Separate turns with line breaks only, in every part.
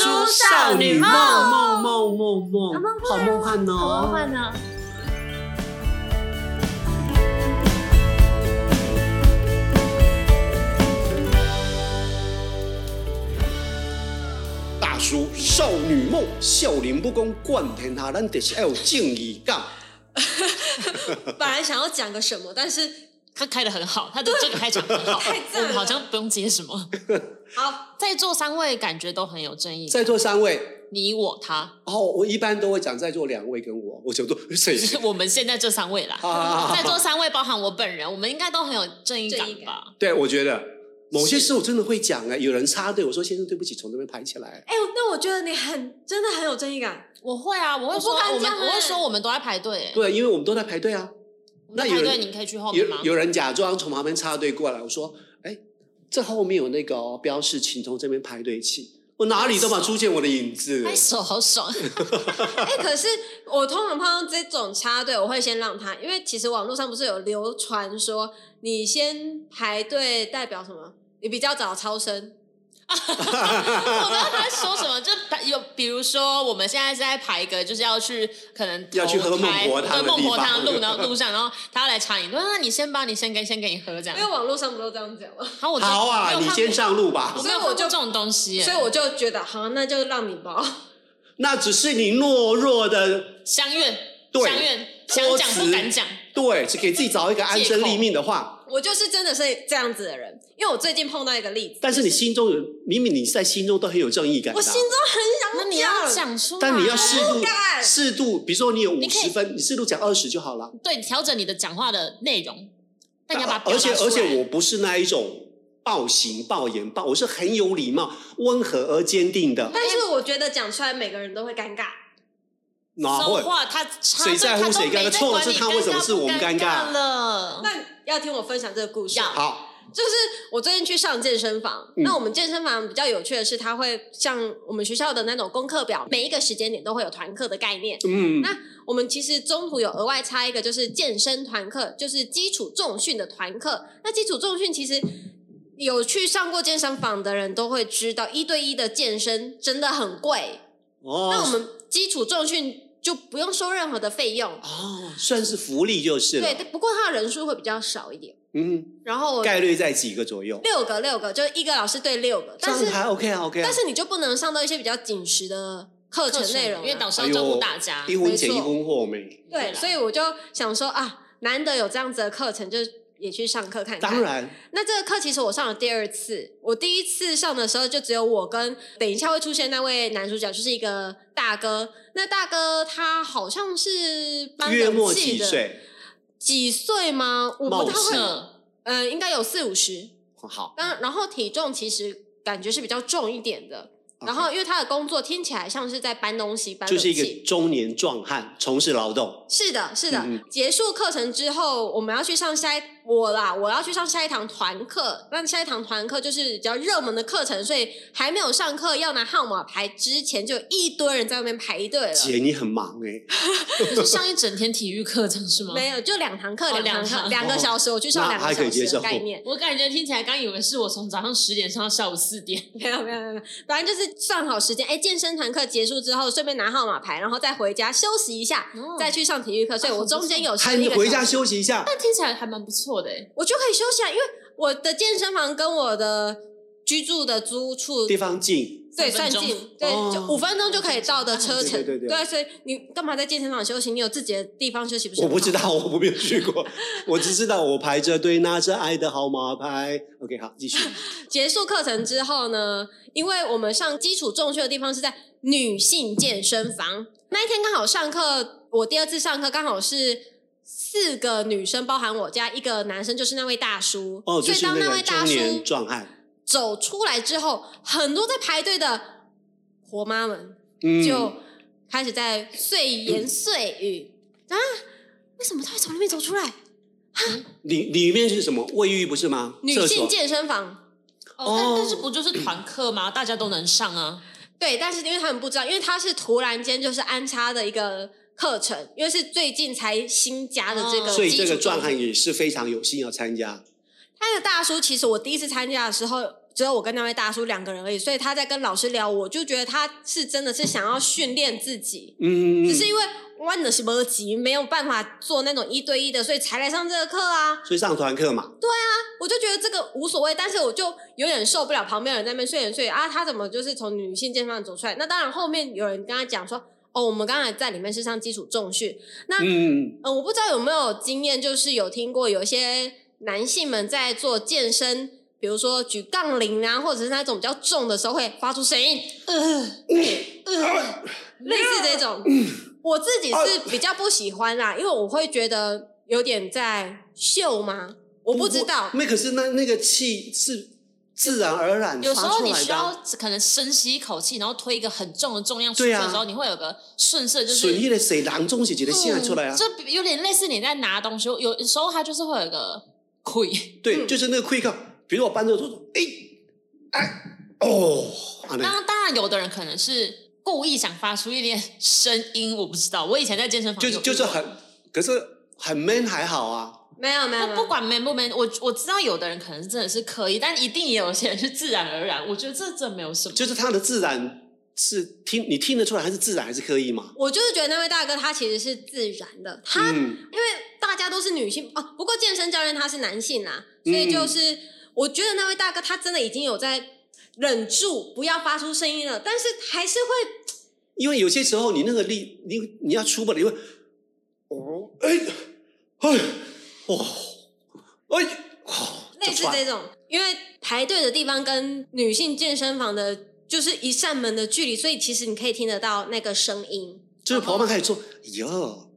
少女梦
梦梦
好
梦梦
梦，
好梦幻哦！
好梦幻呢。
大叔少女梦，少林不公冠天下，咱就是要有正义感。
本来想要讲个什么，但是
他开的很好，他的这个开场很好，
太赞了
我们好像不用接什么。
好，
在座三位感觉都很有正义感，
在座三位，
你我他，
哦，我一般都会讲在座两位跟我，我想说 谁？
就是我们现在这三位啦。
啊
在座三位包含我本人，我们应该都很有正义
正义
感
感
吧？
对，我觉得某些事我真的会讲哎、有人插队，我说先生对不起，从这边排起来。
哎、那我觉得你很真的很有正义 感，
我会啊，我会
我
说
不敢
我们，
讲欸
我会说我们都在排队欸，
对，因为我们都在排队啊。
我们在
那有
排
人
队，你可以去后面吗
有？有人假装从旁边插队过来，我说：“哎，这后面有那个、哦、标示，请从这边排队起。”我哪里都嘛出现我的影子。
拍手 好爽，
哎、可是我通常碰到这种插队，我会先让他，因为其实网络上不是有流传说，你先排队代表什么？你比较早超生，
我不知道他说什么，就有比如说我们现在是在排一个，就是要去可能
要去喝
投胎
孟婆汤的
对孟
地
婆
方
汤 路，然后路上，然后他要来查你，对，那你先吧，你先给先给你喝这样
因为。网络上不都这样讲吗？
然后我就
好
没
啊，
有
你
看
先
过
上路吧
我。没
所以
有
我
看过
就
这种东西欸，
所以我就觉得，好，那就让你包。
那只是你懦弱的，
相怨，
对
相怨，想
多
讲不
词
敢讲，
对，是给自己找一个安身立命的话。
我就是真的是这样子的人，因为我最近碰到一个例子，
但是你心中有，明明你在心中都很有正义感的
我
啊、
心中很
那
想
你要
讲，
讲出来，
但你要适度
不敢，
适度，比如说你有五
啊你可以
十分，你适度讲二十就好了。
对调整你的讲话的内容，但你要把它表
而
达出
且
来
而且我不是那一种暴行暴言暴，我是很有礼貌、温和而坚定的。
嗯
但是我觉得讲出来每个人都会尴尬。
哪
说
会？
话他插
谁在乎谁尴尬错的是他为什么是我们尴尬
了？
那要听我分享这个故事，
要
好，
就是我最近去上健身房，
嗯
那我们健身房比较有趣的是，它会像我们学校的那种功课表，每一个时间点都会有团课的概念。
嗯
那我们其实中途有额外插一个，就是健身团课，就是基础重训的团课。那基础重训其实有去上过健身房的人都会知道，一对一的健身真的很贵。那我
哦
们基础重训就不用收任何的费用，
哦，算是福利就是了。
对，不过它的人数会比较少一点。
嗯，
然后我
概率在几个左右？
六个六个，就是一个老师对六个，
这
但
样
是
还 OK 啊，OK 啊。
但是你就不能上到一些比较紧实的课程内容啊、
因为导师要照顾大家
哎一，婚前
没
一
错
婚后没？
对，所以我就想说啊，难得有这样子的课程，就也去上课看看。
当，然，
那这个课其实我上了第二次，我第一次上的时候就只有我跟等一下会出现那位男主角，就是一个大哥。那大哥他好像是班
月
等
末
记
几
的，
岁？
几岁吗？我不
貌
太会，
似
嗯
嗯、应该有四五十。
好，
然然后体重其实感觉是比较重一点的。然后，因为他的工作听起来像是在搬东西、搬
就
冷
是
气，
一个中年壮汉，从事劳动。
是的，是的。
嗯
结束课程之后，我们要去上下一我啦，我要去上下一堂团课。那下一堂团课就是比较热门的课程，所以还没有上课要拿号码牌之前，就有一堆人在外面排队了。
姐，你很忙哎、
你是上一整天体育课程是吗？
没有，就两堂课，
哦
两堂课，
两堂
两个小时，我去上
那
两
还
个
可以
小
接
时
受
的概念。
我感觉听起来刚以为是我从早上十点上到下午四点，
没有没有没有没有，反正就是算好时间。哎，健身团课结束之后，顺便拿号码牌，然后再回家休息一下，再去上体育课。所以我中间有
哦还
十一
你
个
回
小
家
时，
休息一下。
但听起来还蛮不错的诶。
我就可以休息啊，因为我的健身房跟我的居住的租屋处
地方近，
对
三
算
分钟
近，对，
哦啊
就五分钟就可以到的车程。啊
对对对对
所以你干嘛在健身房休息？你有自己的地方休息不是？
我不知。道，我没有去过，我只知道我排着队拿着爱的号码牌。OK，好， 继续。
结束课程之后呢，因为我们上基础重训的地方是在女性健身房，那一天刚好上课，我第二次上课刚好是。四个女生，包含我家一个男生，就是那位大叔。
哦，就
所以
是
当那
那
位
个
大
中
叔
年壮汉，
走出来之后，很多在排队的婆妈们
嗯，
就开始在碎言碎语、啊，为什么他会从里面走出来？
里里面是什么卫浴不是吗？
女
厕
性
所
健身房，
哦，但
哦
但是不就是团课吗？大家都能上啊。
对，但是因为他们不知道，因为它是突然间就是安插的一个课程，因为是最近才新加的这个基础
哦
课，
所以这个壮汉也是非常有幸要参加。
那个大叔，其实我第一次参加的时候，只有我跟那位大叔两个人而已，所以他在跟老师聊，我就觉得他是真的是想要训练自己，
嗯，
只是因为弯的是么急，没有办法做那种一对一的，所以才来上这个课啊。
所以上团课嘛，
我就觉得这个无所谓，但是我就有点受不了旁边有人在那边碎言碎语啊，他怎么就是从女性健身房走出来？那当然，后面有人跟他讲说，哦，我们刚才在里面是上基础重训，那
嗯，
呃，我不知道有没有经验，就是有听过有一些男性们在做健身，比如说举杠铃啊，或者是那种比较重的时候会发出声音，呃，类似这种。我自己是比较不喜欢啦，因为我会觉得有点在秀吗？我不知道，
那可是那那个气是自然而然
有时
发
候
出
你
来
需
的
要
啊，
可能深吸一口气，然后推一个很重的重量出去
对啊
的时候，你会有个顺势，就
水
是嗯
意的水囊中是一个线出来啊，
就有点类似你在拿东西，有时候它就是会有一个溃，
对，
嗯
就是那个 quick，比如我搬这个动作，哎，哎，哦，啊那
那 当然有的人可能是故意想发出一点声音，我不知道。我以前在健身房
就
有遇
就是
过
很，可是很 man 还好啊，
没有没有，没
不
有
不管 man 不 man，我我知道有的人可能真的是刻意，但一定也有些人是自然而然。我觉得这这没有什么，
就是他的自然是听你听得出来，还是自然还是刻意嘛？
我就是觉得那位大哥他其实是自然的，他
嗯，
因为大家都是女性哦，不过健身教练他是男性啦，所以
嗯
就是、我觉得那位大哥他真的已经有在忍住不要发出声音了，但是还是会
因为有些时候你那个力，你你要出不了，因为哦，哎，哎，哇，哎，哦，
类似这种，因为排队的地方跟女性健身房的就是一扇门的距离，所以其实你可以听得到那个声音。
就是婆伴开始说，哎呦，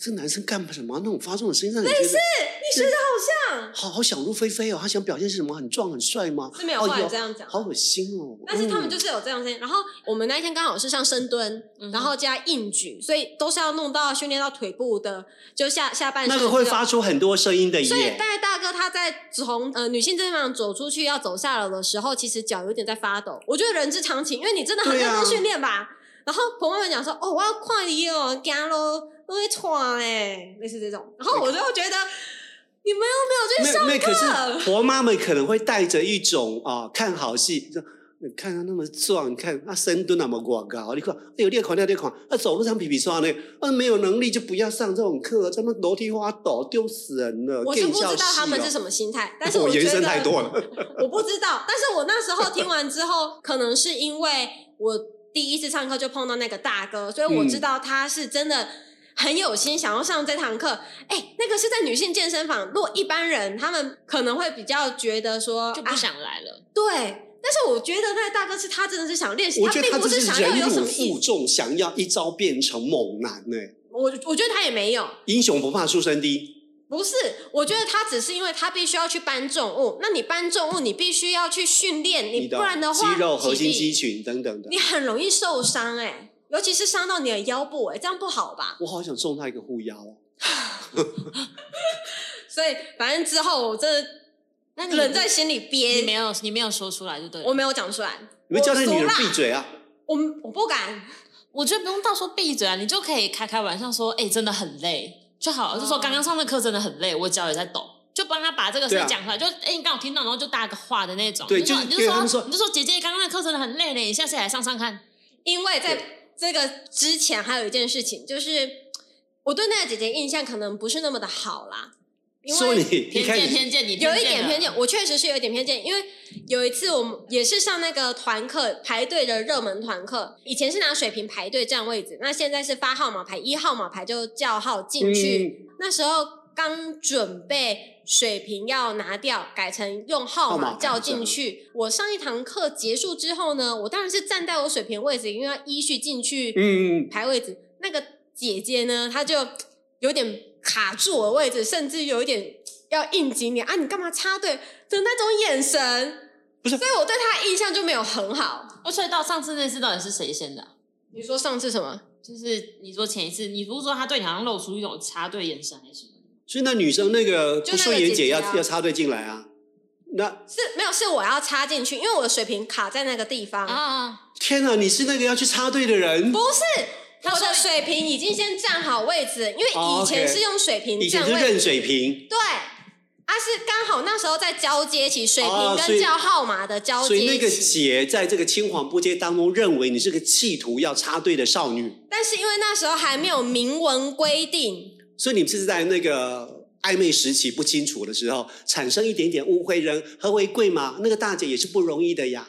这男生干什么？那种发这种声音让你觉得
你学的好像，
好好想入非非哦，他想表现是什么？很壮很帅吗？
是没有
哎
话
呦
这样讲
好恶心哦。
但是他们
嗯
就是有这样声音。然后我们那一天刚好是上深蹲，
嗯哼
然后加硬举，所以都是要弄到训练到腿部的，就下下半
嗯
身
那个会
这种
发出很多声音的
所以
耶，
戴大哥他在从呃女性健身房走出去要走下楼的时候，其实脚有点在发抖。我觉得人之常情，因为你真的很
对
认
啊
真训练吧。然后朋友们讲说：“哦，我要快一哦，干咯，我会喘哎，类似这种。”然后我就觉得你们
没
又没有去
有
上
没有，可
课，
是婆妈们可能会带着一种啊、看好戏，就你看他那么壮，你看他深蹲那么广高，你看哎呦裂款裂裂款，他走路上皮皮刷呢，啊没有能力就不要上这种课，他们楼梯花抖丢死人了。
我是不知道他们是
么，
什么心态，但是
我
觉
哦延
得
伸太多了，
我不知道，但是我那时候听完之后，可能是因为我第一次上课就碰到那个大哥，所以我
嗯
知道他是真的很有心想要上这堂课。哎、那个是在女性健身房，如果一般人他们可能会比较觉得说
就不
啊，
想来了。
对。但是我觉得那大哥是他真的是想练习，
我
他
觉
并
得他
不
这
想要
忍
有什
辱
么意
负
思。
重，想要一朝变成猛男呢、
我我觉得他也没有，
英雄不怕出身低，
不是，我觉得他只是因为他必须要去搬重物，那你搬重物，你必须要去训练，你
的
不然的话，
肌肉、核心
体
肌
力
群等等的。
你很容易受伤哎、尤其是伤到你的腰部哎、这样不好吧？
我好想送他一个护腰哦。
所以反正之后我真
那
的
你
忍在心里
你没
憋，
有你没有说出来就对了。
我没有讲出来，
你们叫那
我
女人
俗辣
闭嘴啊！
我我不敢，
我觉得不用到说闭嘴啊，你就可以开开玩笑说，哎、真的很累就好了，就说
哦
刚刚上的课真的很累，我脚也在抖。就帮他把这个事
嗯对啊
讲出来，就哎、你刚好听到，然后就搭个话的那种。
对
你就
就是
你就
给他们说
你就说姐姐刚刚的课真的很累嘞，你下次也来上上看。
因为在这个之前还有一件事情，就是我对那个姐姐印象可能不是那么的好啦，因
说你
为
一
偏
开
见
始
偏见，你
有一点
了
偏见，我确实是有一点偏见，因为有一次我们也是上那个团课排队的热门团课，以前是拿水平排队占位置，那现在是发号码牌，一号码牌就叫号进去。那时候刚准备水平要拿掉，改成用号
号码
码
牌
叫进去。我上一堂课结束之后呢，我当然是站在我水平位置，因为要依序进去。
嗯，
排位置，那个姐姐呢，她就有点卡住我的位置，甚至有一点要应景点啊，你干嘛插队的那种眼神，
不是
所以我对她的印象就没有很好。
我哦所以到上次那次到底是谁先的啊、
你说上次什么？
就是你说前一次，你不是说他对你好像露出一种插队眼神还是什么？
所以那女生那个不
就那
顺
个
眼
姐
姐
姐
要
啊
要插队进来啊。那
是没有，是我要插进去，因为我的水平卡在那个地方。
啊，
天哪，你是那个要去插队的人
不？是，
她
我
说
的水平已经先站好位置，因为
哦
以前
，OK
是用水平
以前
站
是
位置，
认水平，
对，啊是刚好那时候在交接期，水
哦
平
所以
跟叫号码的交
哦所以那
接
个
期。
姐在这个青黄不接当中，认为你是个企图要插队的少女，
但是因为那时候还没有明文规定，
所以你是在那个暧昧时期不清楚的时候，产生一点点误会，人和为贵嘛，那个大姐也是不容易的呀。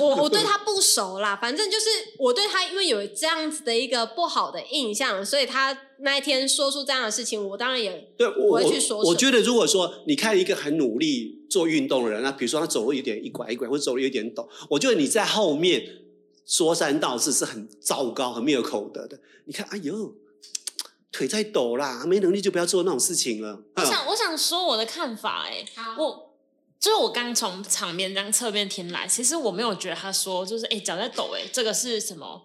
我我对他不熟啦，反正就是我对他，因为有这样子的一个不好的印象，所以他那一天说出这样的事情，我当然也
对，我
会去说
我我
什么
觉得如果说你看一个很努力做运动的人，那比如说他走路有点一拐一拐，或者走路有点抖，我觉得你在后面说三道四是很糟糕、很灭口德的。你看，哎呦，腿在抖啦，没能力就不要做那种事情了。
我
哼
想我想说我的看法、欸，哎，
我
我就是我刚从场面这样侧面听来，其实我没有觉得他说就是哎脚、在抖哎、这个是什么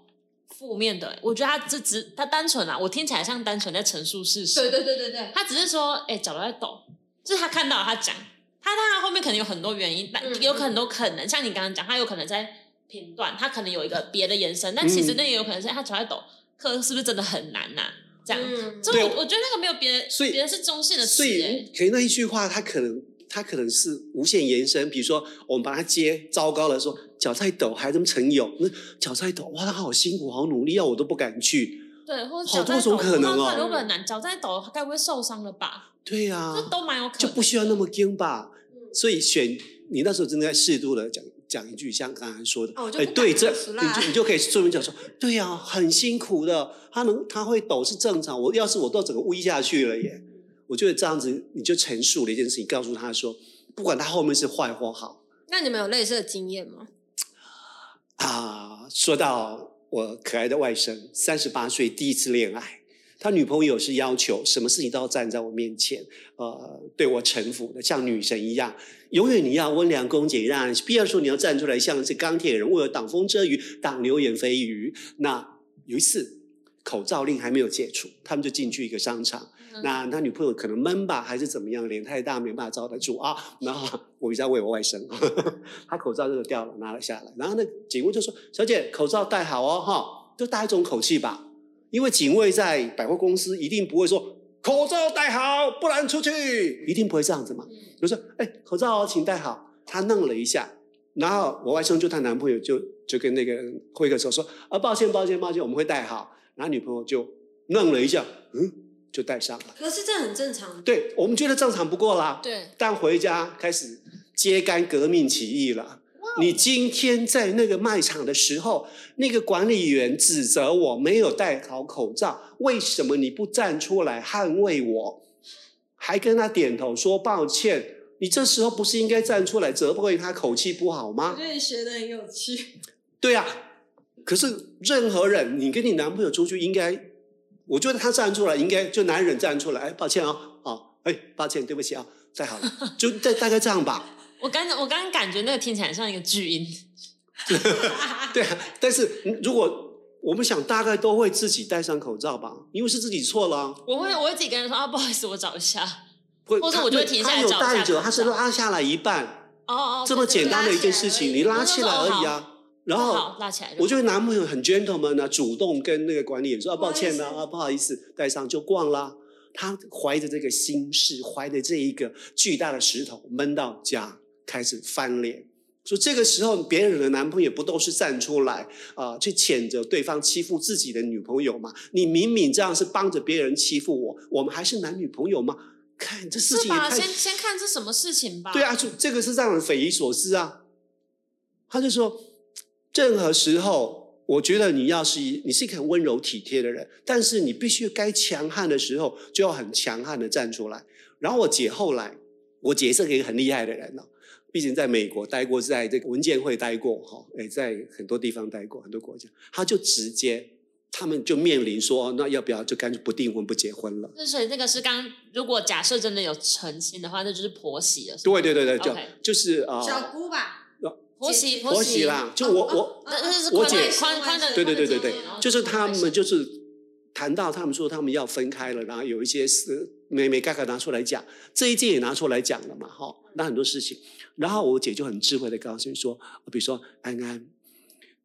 负面的、欸我觉得他这只他单纯啊，我听起来像单纯在陈述事实。
对对对对对，
他只是说哎脚、在抖，就是他看到了他讲，他当然后面可能有很多原因，但
嗯
有很多可能，像你刚刚讲，他有可能在评断，他可能有一个别的延伸，但
嗯
其实那也有可能是哎他脚在抖，课是不是真的很难呐、这样。
嗯，
就
对
我我觉得那个没有别人，
所以
别人是中性的词、
所以
欸，，
可能那一句话，他可能他可能是无限延伸。比如说，我们把它接糟糕了，说脚在抖，还这么成有，那脚在抖，哇，他好辛苦，好努力啊，我都不敢去。
对，或者
好
脚
多
在
种
抖，
可能哦
有可能脚在抖，该不会受伤了吧？
对啊呀、
这都蛮有可能，
就不需要那么硬吧。
嗯
所以选你那时候真的在适度的讲讲一句，像刚才说的，
哦我就
哎，
不
对，
敢
这
说俗
你
啦
就你就可以顺便讲说，对呀、很辛苦的，他能他会抖是正常，我要是我都整个微下去了耶。我觉得这样子你就陈述了一件事情，告诉他说，不管他后面是坏或好
那你们有类似的经验吗？
啊。说到我可爱的外甥，三十八岁第一次恋爱。他女朋友是要求什么事情都要站在我面前，呃，对我臣服的，像女神一样。永远你要温良恭俭让，必要时候你要站出来，像是钢铁人，为了挡风遮雨，挡流言蜚语。那有一次，口罩令还没有解除，他们就进去一个商场。那他女朋友可能闷吧，还是怎么样，脸太大没办法罩得住啊。然后我比较为我外甥，他口罩就掉了，拿了下来。然后那警卫就说：“小姐，口罩戴好哦，哈，就带一种口气吧。”因为警卫在百货公司一定不会说口罩戴好，不然出去，一定不会这样子嘛。就说：“哎、口罩哦，请戴好。”她弄了一下，然后我外甥就她男朋友就就跟那个人挥个手说：“啊，抱歉，抱歉，抱歉，我们会戴好。”然后女朋友就弄了一下，嗯，就戴上了。
可是这很正常，
对我们觉得正常不过啦，
对，
但回家开始揭竿革命起义了。你今天在那个卖场的时候，那个管理员指责我没有戴好口罩，为什么你不站出来捍卫我？还跟他点头说抱歉。你这时候不是应该站出来责备他口气不好吗？
觉得你学的很有趣。
对啊，可是任何人，你跟你男朋友出去，应该，我觉得他站出来，应该就男人站出来，哎，抱歉啊、哦，哦，哎，抱歉，对不起啊、再好了，就大大概这样 吧。
我刚我刚刚感觉那个听起来像一个巨婴，
对啊，但是嗯如果我们想，大概都会自己戴上口罩吧，因为是自己错了啊。
我
嗯
会我会自己跟人说啊，不好意思，我找一下。
会
或者
他
我就会停下来
他有
找一下
戴
口
着，
罩
他是拉下来一半，
哦哦，
这么简单的一件
拉起
事
来
情，
而已
你拉起来而已
我就说
啊。然
然
后
后拉起来就好，
我觉得男朋友很 gentleman 啊，主动跟那个管理员说啊，
不好
抱
意思
歉啊，啊，不好意思，带上就逛啦。他怀着这个心事，怀着这一个巨大的石头，闷到家，开始翻脸。说这个时候，别人的男朋友不都是站出来啊、去谴责对方欺负自己的女朋友吗？你明明这样是帮着别人欺负我，我们还是男女朋友吗？看这事
是
情也
吧？
太
先先看是什么事情吧。
对啊，，就这个是让人匪夷所思啊。他就说，任何时候，我觉得你要是一你是一个很温柔体贴的人，但是你必须该强悍的时候，就要很强悍的站出来。然后我姐后来，我姐是个很厉害的人哦，毕竟在美国待过，在这个文件会待过哈，哎，在很多地方待过，很多国家，她就直接。他们就面临说，哦那要不要就干脆不订婚不结婚了？
那所以那个是刚，如果假设真的有成亲的话，那就是婆媳了。是吧
对对对对，就
OK
就是啊，
小姑吧，
婆媳啊
姐
婆媳啦，就我我
那那是
我
宽
姐
带宽宽的，
对对对对对
然后
就是他
宽带
们就是谈到他们说他们要分开了，然后有一些事妹妹嘎嘎拿出来讲，这一届也拿出来讲了嘛，哈、那很多事情。然后我姐就很智慧的告诉你说，比如说安安，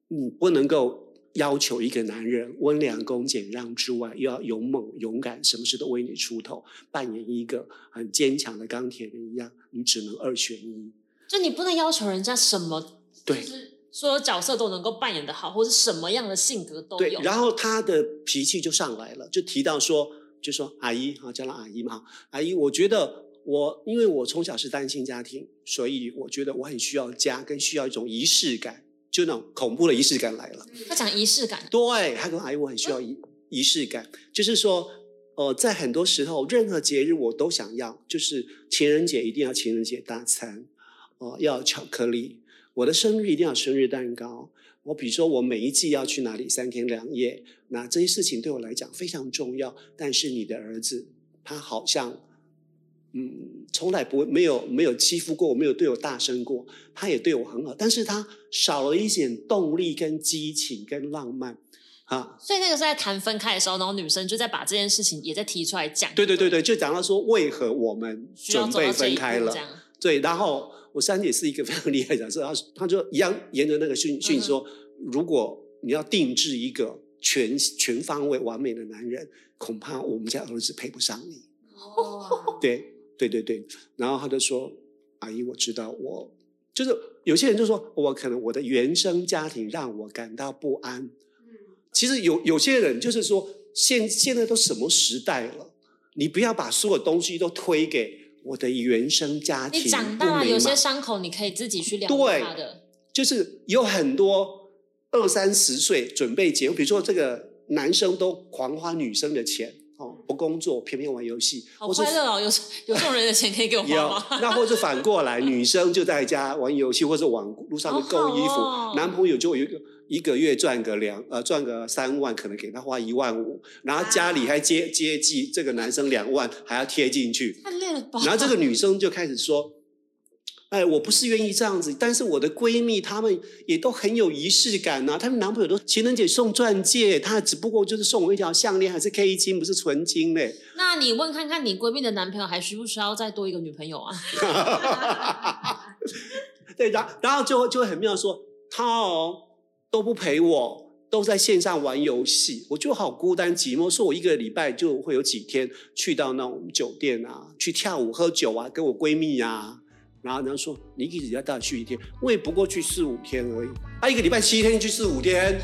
你不能够要求一个男人温良恭俭让之外，又要勇猛勇敢，什么事都为你出头，扮演一个很坚强的钢铁人一样，你只能二选一。
就你不能要求人家什么，
对
就是所有角色都能够扮演的好，或者什么样的性格都
对
有。，
然后他的脾气就上来了，就提到说，就说阿姨啊，叫她阿姨嘛，阿姨，我觉得我因为我从小是单亲家庭，所以我觉得我很需要家，跟需要一种仪式感，就那种恐怖的仪式感来了。
他讲仪式感，
对，哎他跟阿姨我很需要仪仪式感，就是说，呃，在很多时候，任何节日我都想要，就是情人节一定要情人节大餐，哦、要有巧克力，我的生日一定要有生日蛋糕。我比如说，我每一季要去哪里三天两夜，那这些事情对我来讲非常重要。但是你的儿子，他好像，嗯，从来不会没有没有欺负过我，没有对我大声过。他也对我很好，但是他少了一点动力、跟激情、跟浪漫啊。
所以那个是在谈分开的时候，然后女生就在把这件事情也在提出来讲。
对对对对，就讲到说为何我们
需要
准
走
备
到这
分
一步
开
这
了。
样
对，然后我三姐是一个非常厉害的角色，她她就一样沿着那个
嗯
讯讯说，如果你要定制一个全全方位完美的男人，恐怕我们家儿子配不上你。对对对对，然后他就说：“阿姨，我知道我就是有些人就说我可能我的原生家庭让我感到不安。
嗯
其实有有些人就是说，现现在都什么时代了，你不要把所有东西都推给我的原生家庭。
你长
不
大
美
有些
满
伤口你可以自己去疗愈
对
它的。
就是有很多二三十岁准备结婚，比如说这个男生都狂花女生的钱哦，不工作偏偏玩游戏，
嗯好
或是
快乐哦！有有这种人的钱可以给我
有
花 吗？，
那或者反过来，女生就在家玩游戏，或者往路上去购衣服，
好好哦
男朋友就有一个一个月赚个两呃赚个三万，可能给他花一万五，然后家里还接接济这个男生两万，还要贴进去，
太累了吧？
然后这个女生就开始说。哎，我不是愿意这样子，但是我的闺蜜她们也都很有仪式感呐、啊。她们男朋友都情人节送钻戒，她只不过就是送我一条项链，还是 K 金，不是纯金嘞。
那你问看看你闺蜜的男朋友还需不需要再多一个女朋友啊？
对，然然后就会就会很妙说，他哦都不陪我，都在线上玩游戏，我就好孤单寂寞。说我一个礼拜就会有几天去到那种酒店啊，去跳舞、喝酒啊，跟我闺蜜啊。然后人家说你一个礼拜带去一天，我也不过去四五天而已。啊他、一个礼拜七天去四五天，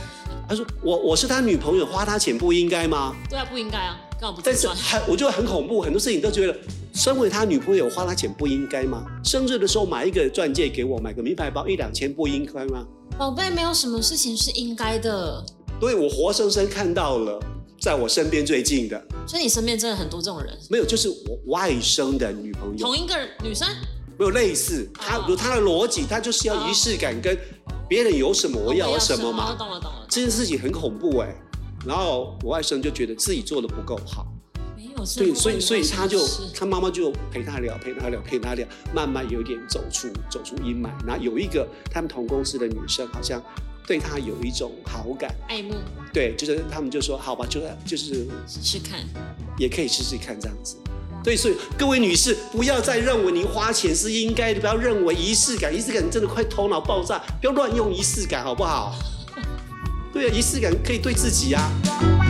他说我我是他女朋友，花他钱不应该吗？
对啊，不应该啊，干嘛不
但
自
是
传？
很，我就很恐怖，很多事情都觉得，身为他女朋友花他钱不应该吗？生日的时候买一个钻戒给我，买个名牌包一两千不应该吗？
宝贝，没有什么事情是应该的，
对我活生生看到了，在我身边最近的
所以你身边真的很多这种人，
没有，就是我外甥的女朋友
同，一个女生，
没有类似他
哦
有他的逻辑，他就是要仪式感，跟别人有什么我
我
要有
要
什么
哦
嘛，
懂了懂了，
这件事情很恐怖哎、然后我外甥就觉得自己做的不够好。
没有，真
对，
的
所以所以他就
真的是
他妈妈就陪他聊，陪他聊，陪他聊，慢慢有点走出走出阴霾。然后有一个他们同公司的女生，好像对他有一种好感，
爱慕
对，就是他们就说好吧，就是就是
试试看，
也可以试试看这样子。对，所以各位女士，不要再认为您花钱是应该的，不要认为仪式感，仪式感真的快头脑爆 炸，不要乱用仪式感，好不好？对啊，仪式感可以对自己啊。